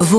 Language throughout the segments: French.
Vous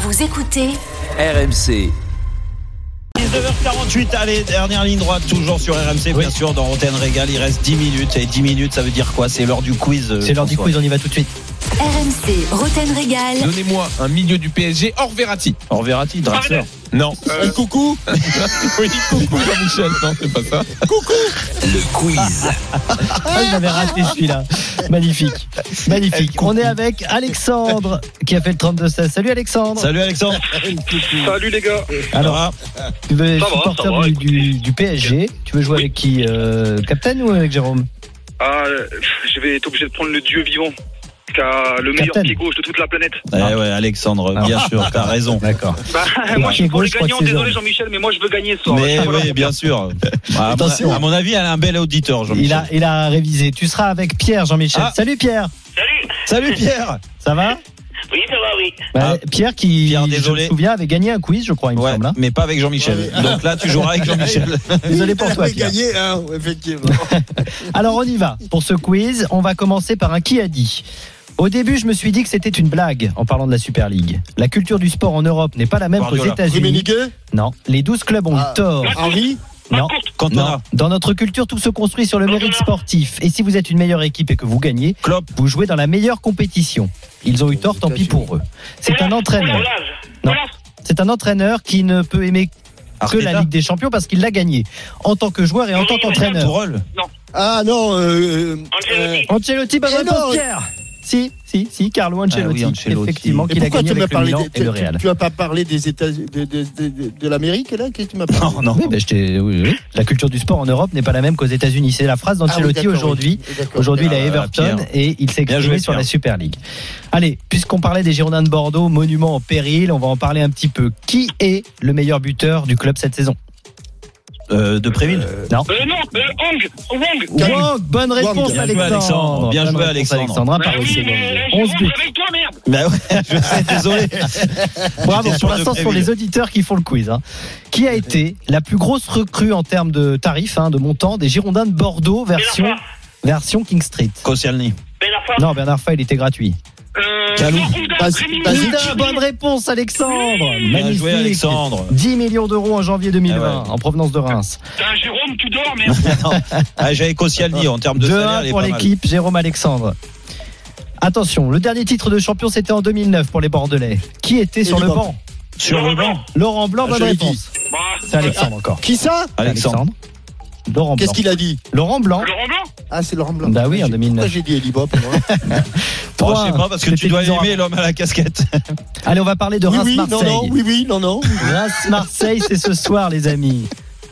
Vous écoutez RMC. 19h48, allez, dernière ligne droite, toujours sur RMC, bien sûr, dans Antenne Régal, il reste 10 minutes. Et 10 minutes, ça veut dire quoi C'est l'heure du quiz. euh, C'est l'heure du François. quiz, on y va tout de suite. RMC Roten Régal. Donnez-moi un milieu du PSG hors Verratti. Or Verratti, Draxler. Non. Un Coucou. Euh, oui, coucou Jean-Michel. Non, c'est pas ça. Le quiz. Ah, je l'avais raté celui-là. Magnifique. Magnifique. On est avec Alexandre qui a fait le 32-16. Salut Alexandre. Salut Alexandre. Salut les gars. Alors, Alors, tu veux ça va, supporter ça va, du, écoutez. du- du PSG. Tu veux jouer avec qui euh, Captain ou avec Jérôme Ah, euh, je vais être obligé de prendre le dieu vivant, qui a le meilleur Captain. pied gauche de toute la planète. eh ouais, Alexandre, bien sûr, t'as raison. D'accord. Bah, moi, je pied suis pour gauche, les je crois gagnants. que c'est Désolé Jean. Jean-Michel, mais moi, je veux gagner ce soir. Mais Voilà. oui, bien sûr. Bah, À, Attention. mon- à mon avis, elle a un bel auditeur, Il Jean-Michel. a, il a révisé. Tu seras avec Pierre, Jean-Michel. Ah. Salut Pierre. Salut Salut Pierre. Ça va Oui, ça va, oui. Bah, Ah. Pierre qui, Pierre, je désolé. me souviens, avait gagné un quiz, je crois, il me Ouais, semble. hein. mais pas avec Jean-Michel. Donc là, tu joueras avec Jean-Michel. Désolé pour toi, Pierre. gagné, hein, effectivement. Alors on y va. Pour ce quiz, on va commencer par un qui a dit. Au début, je me suis dit que c'était une blague en parlant de la Super League. La culture du sport en Europe n'est pas la même qu'aux Guardiola. États-Unis. Rummenigge, Non, les 12 clubs ont Ah. eu tort. Henri, Ah, Non. Non. Cantona, Dans notre culture, tout se construit sur le mérite sportif. Et si vous êtes une meilleure équipe et que vous gagnez, Klopp, vous jouez dans la meilleure compétition. Ils ont eu tort, tant pis pour eux. C'est un entraîneur. Non. C'est un entraîneur qui ne peut aimer que la Arteta, Ligue des Champions parce qu'il l'a gagnée en tant que joueur et en tant qu'entraîneur. Tourelle. ah non, euh, euh, Ancelotti. Ancelotti, bonne Eh non, réponse, Pierre. Si, si, si, Carlo Ancelotti, Ah oui, Ancelotti. effectivement, et qu'il a pourquoi gagné tu m'as avec le parlé Milan des- et le tu- Real. tu, tu as pas parlé des États de, de, de, de- de l'Amérique là Qu'est-ce que tu m'as parlé Non, non. Oui, ben, je t'ai- oui, oui. La culture du sport en Europe n'est pas la même qu'aux États-Unis. C'est la phrase Ah oui, d'Ancelotti d'accord, oui. aujourd'hui. D'accord. Aujourd'hui, il est Ah, à Everton Pierre. et il s'est Bien exprimé joué, sur la Pierre. Super League. Allez, puisqu'on parlait des Girondins de Bordeaux, monument en péril, on va en parler un petit peu. Qui est le meilleur buteur du club cette saison Euh, de Préville. Non. Euh, non, euh, Hong. Hong. Wang, bonne réponse, Bien joué, Alexandre. Alexandre. Bien Bonne joué, réponse, Alexandre. Alexandre. Un par Bah aussi. oui, mais je 11 hein. buts. rentre avec toi, merde. Bah ouais, je sais, désolé. Bravo, J'étais sûr pour de l'instant, ce sont Préville. les auditeurs qui font le quiz. hein. Qui a été la plus grosse recrue en termes de tarifs, hein, de montant, des Girondins de Bordeaux version, Bernard version King Street Koscielny. Ben, la fin. Non, Bernard Fay, il était gratuit. Euh, Calou. non, Ouda, Bas- Rémi, Bas- Ouda, Zidane, bonne réponse, Alexandre Bien Magnifique. joué, Alexandre. 10 millions d'euros en janvier 2020 Ah en provenance de Reims. Bah, Putain, Jérôme, tu dors, merde. Ah, J'avais Koscielny en termes de salaire. 2-1 elle est pour pas mal. l'équipe, Jérôme Alexandre. Attention, le dernier titre de champion c'était en 2009 pour les Bordelais. Qui était sur le Évidemment. banc Sur le banc, Laurent Blanc, Ah, bonne je l'ai réponse. Bah, C'est Alexandre encore. Qui ça C'est Alexandre. Laurent Blanc. Qu'est-ce qu'il a dit Laurent Blanc. Laurent Blanc. Ah, c'est Laurent Blanc. Bah oui, en 2009. Pourquoi j'ai dit Eliba pour moi Oh, 3-1. je sais pas, parce que C'était tu dois dix ans aimer l'homme à la casquette. avant. Allez, on va parler de Oui, oui, non, Reims-Marseille. non, oui, oui, non, non. Ah, Reims-Marseille, c'est ce soir, les amis.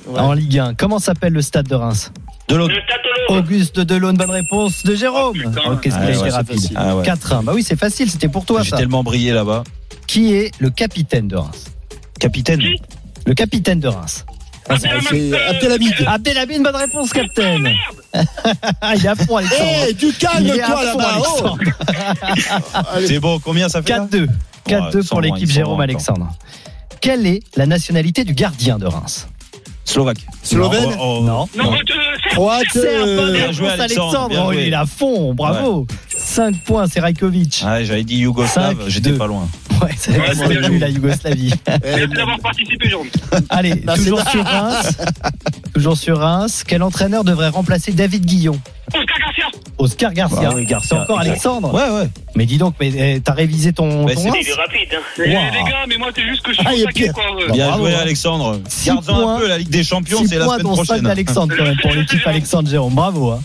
Ouais. En Ligue 1. Comment s'appelle le stade de Reims De l'autre. euh, Le Tatolo. Auguste Delaune, bonne réponse de Jérôme. Oh, putain. Oh, Qu'est-ce Ah, qu'il a ouais, été c'est rapide. facile. Ah ouais. 4-1. Bah oui, c'est facile, c'était pour toi J'ai ça. tellement brillé là-bas. Qui est le capitaine de Reims Capitaine. Qui Le capitaine de Reims. Ah, c'est c'est euh, Abdelhamid. Abdelhamid, bonne réponse, capitaine. Ah, Il est à fond, Eh, Alexandre. tu Il calmes est à toi fond, là-bas. oh. Alexandre. Allez. C'est bon, combien ça fait là 4-2. 4-2 pour Ouais, ils l'équipe sont Jérôme encore. Alexandre. Quelle est la nationalité du gardien de Reims Slovaque. Slovène, Oh, oh. Non. Non, euh, Serge. Croate, C'est un euh, bonne bien joué, réponse, Alexandre, Alexandre. bien Oh, il joué. est à fond, bravo. 5 points, c'est Rajkovic. Ah, J'avais dit Yougoslave, Cinq, j'étais deux. pas loin. Ouais, c'est Ouais, c'est bien nul, la Yougoslavie. eh, Merci d'avoir participé, Jérôme. Allez, Bah, c'est toujours pas- sur Reims. Toujours sur Reims. Quel entraîneur devrait remplacer David Guillon Oscar Garcia. Oscar Garcia. C'est encore Alexandre. Ouais, ouais. Mais dis donc, mais eh, t'as révisé ton. Mais ton c'est- Reims Il est rapide, hein. Wow. Eh, Les gars, mais moi, c'est juste que je suis Ah, il est au taquet, pire. quoi. euh. Bien bravo, joué, hein. Alexandre. Six Gardons points. un peu la Ligue des Champions, Six c'est la points, semaine dont cinq prochaine. d'Alexandre quand même pour l'équipe Alexandre Jérôme. Bravo. hein.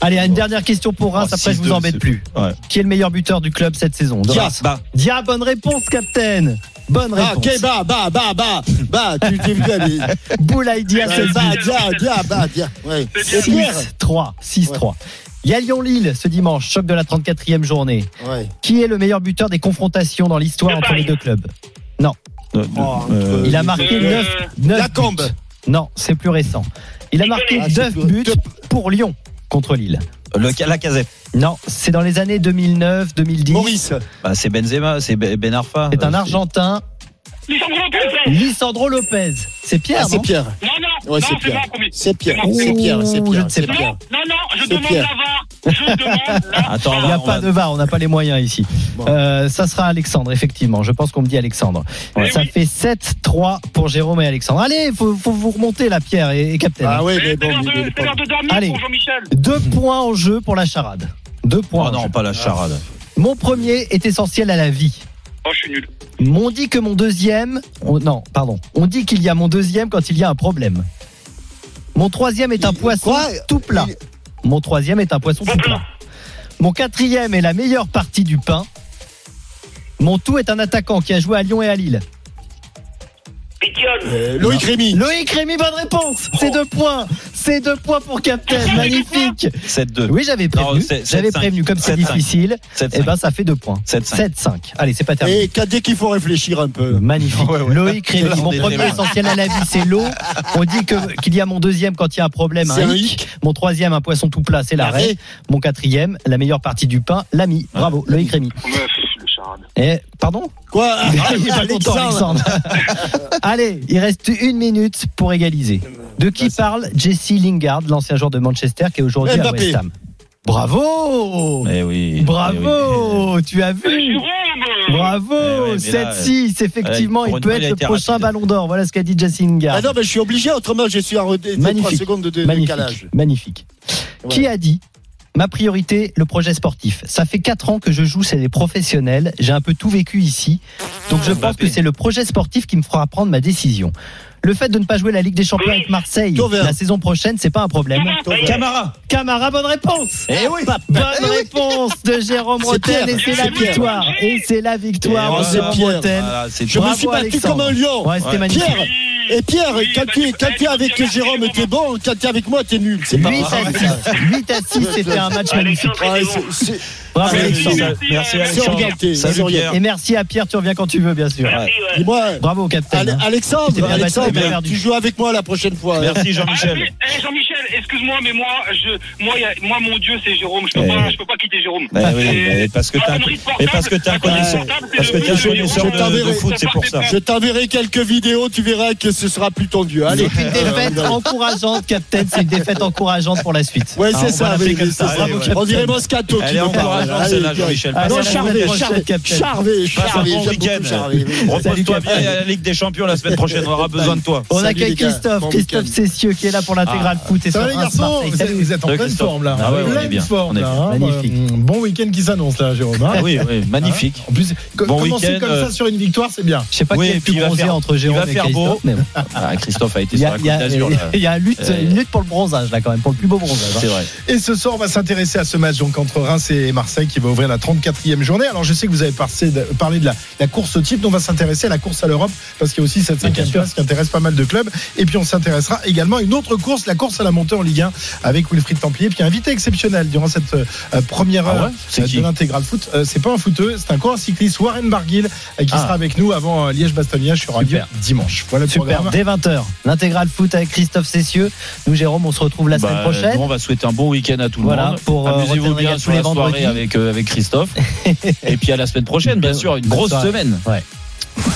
Allez, à une dernière question pour Reims. Oh, après, je vous 6-2, embête c'est- plus. Ouais. Qui est le meilleur buteur du club cette saison de Dia, Reims bah, Dia, bonne réponse, capitaine. Bonne Ah, réponse. ok, bah, bah, bah, bah, bah, tu tu- tu- allez. Boulaye Dia, Ouais, c'est bah, ça. dia, dia, bah, dia. Ouais. C'est C'est clair. 3, 6-3. Il y a Lyon-Lille ce dimanche, choc de la 34e journée. Ouais. Qui est le meilleur buteur des confrontations dans l'histoire Le entre les Paris. deux clubs de- Oh, euh, entre- Il a marqué Euh, 9, La Combe. Non, c'est plus récent. Il a marqué Ah, c'est 9 plus- buts pour Lyon contre Lille. le- la casette. Non, c'est dans les années 2009, 2010. Maurice. Bah, c'est Benzema, c'est Be- Ben Arfa. C'est un Euh, Argentin, Ils sont gros putes. Lisandro Lopez. C'est Pierre, Ah, c'est non Oh, Pierre. Non, non, Ouais, non, c'est c'est Pierre. moi, promis. C'est Pierre. Ouh, C'est Pierre. C'est je Pierre. ne sais C'est pas. Pierre. Non, non, non, je C'est demande Pierre. la VAR. Je demande la Attends, VAR. Il n'y a Alors, on pas va- de VAR, on n'a pas les moyens ici. Bon. Euh, ça sera Alexandre, effectivement. Je pense qu'on me dit Alexandre. Ouais. Ça Eh oui. fait 7-3 pour Jérôme et Alexandre. Allez, faut, faut vous remonter là, Pierre et, et Captain. Ah ouais, mais Eh, C'est bon. l'heure de- il est c'est pas- l'heure de dormir Allez. pour Jean-Michel. Deux points en jeu pour la charade. Deux points. Oh en non, jeu. pas la charade. Mon premier est essentiel à la vie. Oh, je suis nul. On dit que mon deuxième. on- non, pardon. On dit qu'il y a mon deuxième quand il y a un problème. Mon troisième est un Il- poisson quoi tout plat. Il- Mon troisième est un poisson tout plat. Mon quatrième est la meilleure partie du pain. Mon tout est un attaquant qui a joué à Lyon et à Lille. Pétionne. Euh, Loïc Rémy. Loïc Rémy, bonne réponse. C'est deux points. C'est deux points pour Captain. Magnifique. 7-2. Oui, j'avais Non, prévenu. c'est- J'avais 7-5. prévenu. Comme c'est 7-5. difficile, eh 7-5. ben ça fait deux points. 7-5. 7-5. Allez, c'est pas terminé. Et qu'à dès qu'il faut réfléchir un peu. Magnifique. Ouais, ouais. Loïc Rémy, Là, on mon est premier très loin. essentiel à la vie, c'est l'eau. On dit que- qu'il y a mon deuxième quand il y a un problème, C'est un un hic. Mon troisième, un poisson tout plat, c'est la L'arrêt. raie. Mon quatrième, la meilleure partie du pain, l'ami. Bravo, Loïc Rémy. Meuf, le charade. Eh, pardon Quoi Il est pas content, Alexandre. Allez, il reste une minute pour égaliser. De qui parle Jesse Lingard, l'ancien joueur de Manchester qui est aujourd'hui à Mbappé. West Ham Bravo Eh oui. Eh oui. Bravo Tu as vu Jérôme. Bravo Eh ouais, mais là, 7-6, effectivement, ouais, pour il une peut fois, être il a le été prochain rapide. ballon d'or. Voilà ce qu'a dit Jesse Lingard. Ah non, mais je suis obligé, autrement je suis en re- deux, trois Magnifique. secondes de- de décalage. magnifique, magnifique. Qui a dit Ma priorité, le projet sportif. Ça fait 4 ans que je joue chez les professionnels, j'ai un peu tout vécu ici, donc je pense Mbappé. que c'est le projet sportif qui me fera prendre ma décision. Le fait de ne pas jouer la Ligue des Champions avec Marseille Tauvin. la saison prochaine, c'est pas un problème. Camara. Camara, bonne réponse Eh oui. Bonne réponse de Jérôme C'est Roten Pierre, et c'est c'est la Pierre. victoire. Et c'est la victoire Et de voilà. Jérôme Pierre. Roten. Voilà, c'est Je bon. me suis Bravo, battu Alexandre. comme un lion. Ouais, c'était Ouais. magnifique. Pierre Et Pierre, Oui, quand bah, tu tu- quand t'es tu- avec tu- Jérôme, t'es bon, quand t'es avec moi, t'es nul. C'est 8 pas à grave. 6, 8 à 6 c'était un match magnifique. Ah, c'est- c'est- Bravo, Ah, Alexandre. Merci, Merci, C'est Alexandre. orienté. Salut, c'est orienté. Pierre. Et merci à Pierre, tu reviens quand tu veux, bien sûr. Ouais. Dis-moi, Bravo, capitaine. Ale- Tu t'es Alexandre, bien battu, Alexandre, t'es bien perdu. tu joues avec moi la prochaine fois. hein. Merci, Jean-Michel. Eh, Jean-Michel, excuse-moi, mais moi, je, moi, y a- moi, mon Dieu, c'est Jérôme. Je peux Eh. pas, je peux pas quitter Jérôme. Eh oui, eh, parce que Ma t'as un- connerie de eh, portable, parce que t'as un ma connerie de connaisseur- portable, c'est parce que le t'as un jeu de connaisseur Jérôme. de- de Ça foot, c'est part pour des ça. pattes. Je t'enverrai quelques vidéos, tu verras que ce sera plus tendu. Allez. Euh, C'est une défaite Euh, encourageante, Captain. C'est une défaite encourageante pour la suite. Ouais, Hein, Ah, c'est on va ça. l'appeler oui, comme oui, ça. c'est ça. Bravo, On Captain. dirait Moscato qui Elle est nous parle. encourageante, Allez, celle-là, Pierre. Jean-Michel. Ah, Allez, Non, à la Charvet, prochaine, Charvet, Captain. Charvet, Passe un Charvet, bon j'aime beaucoup week-end. Charvet, oui. Repose-toi Salut, bien à la Ligue des Champions la semaine prochaine. On aura besoin de toi. On Salut, accueille les gars. Christophe, Bon Christophe week-end. Ah. Cessieux qui est là pour l'intégral foot et sur Ça va les Reims garçons Marseille. vous êtes, Salut. vous êtes en Salut, pleine Christophe. forme là. Ah ouais, on est pleine bien, on forme est là. bien. hein. Magnifique. Bah, hum, Bon week-end qui s'annonce là, Jérôme. hein. Ah oui, oui, magnifique. En plus, co- Bon commencer week-end, comme euh, ça sur une victoire, c'est bien. Je sais pas Oui, qui est le puis plus il va bronzé faire- entre Jérôme il va et faire Christophe. beau. mais bon. Ah, Christophe a été Il y sur a, la il y Côte a- d'Azur. là. il y a une lutte, Euh, une lutte pour le bronzage, là, quand même, pour le plus beau bronzage. hein. C'est vrai. Et ce soir, on va s'intéresser à ce match donc entre Reims et Marseille qui va ouvrir la 34e journée. Alors, je sais que vous avez passé de- parlé de la, la course au titre, donc on va s'intéresser à la course à l'Europe parce qu'il y a aussi cette cinquième place qui intéresse pas mal de clubs. Et puis, on s'intéressera également à une autre course, la course à la montée en Ligue 1 avec Wilfried Templier. Puis, un invité exceptionnel durant cette euh, première Ah heure ouais C'est euh, qui de l'intégral foot. Euh, c'est pas un footeux, c'est un coureur cycliste, Warren Barguil, euh, qui Ah. sera avec nous avant euh, Liège-Bastogne-Liège sur Radio dimanche. Voilà le Super, programme. dès 20h, l'intégral foot avec Christophe Cessieux. Nous, Jérôme, on se retrouve la semaine Bah, prochaine. nous, on va souhaiter un bon week-end à tout Voilà, le monde. pour, euh, Amusez-vous retenir bien tous sur les la soirée vendredis. avec, euh, avec Christophe. Et puis à la semaine prochaine, bien sûr, une Bonne grosse soirée. semaine. Ouais.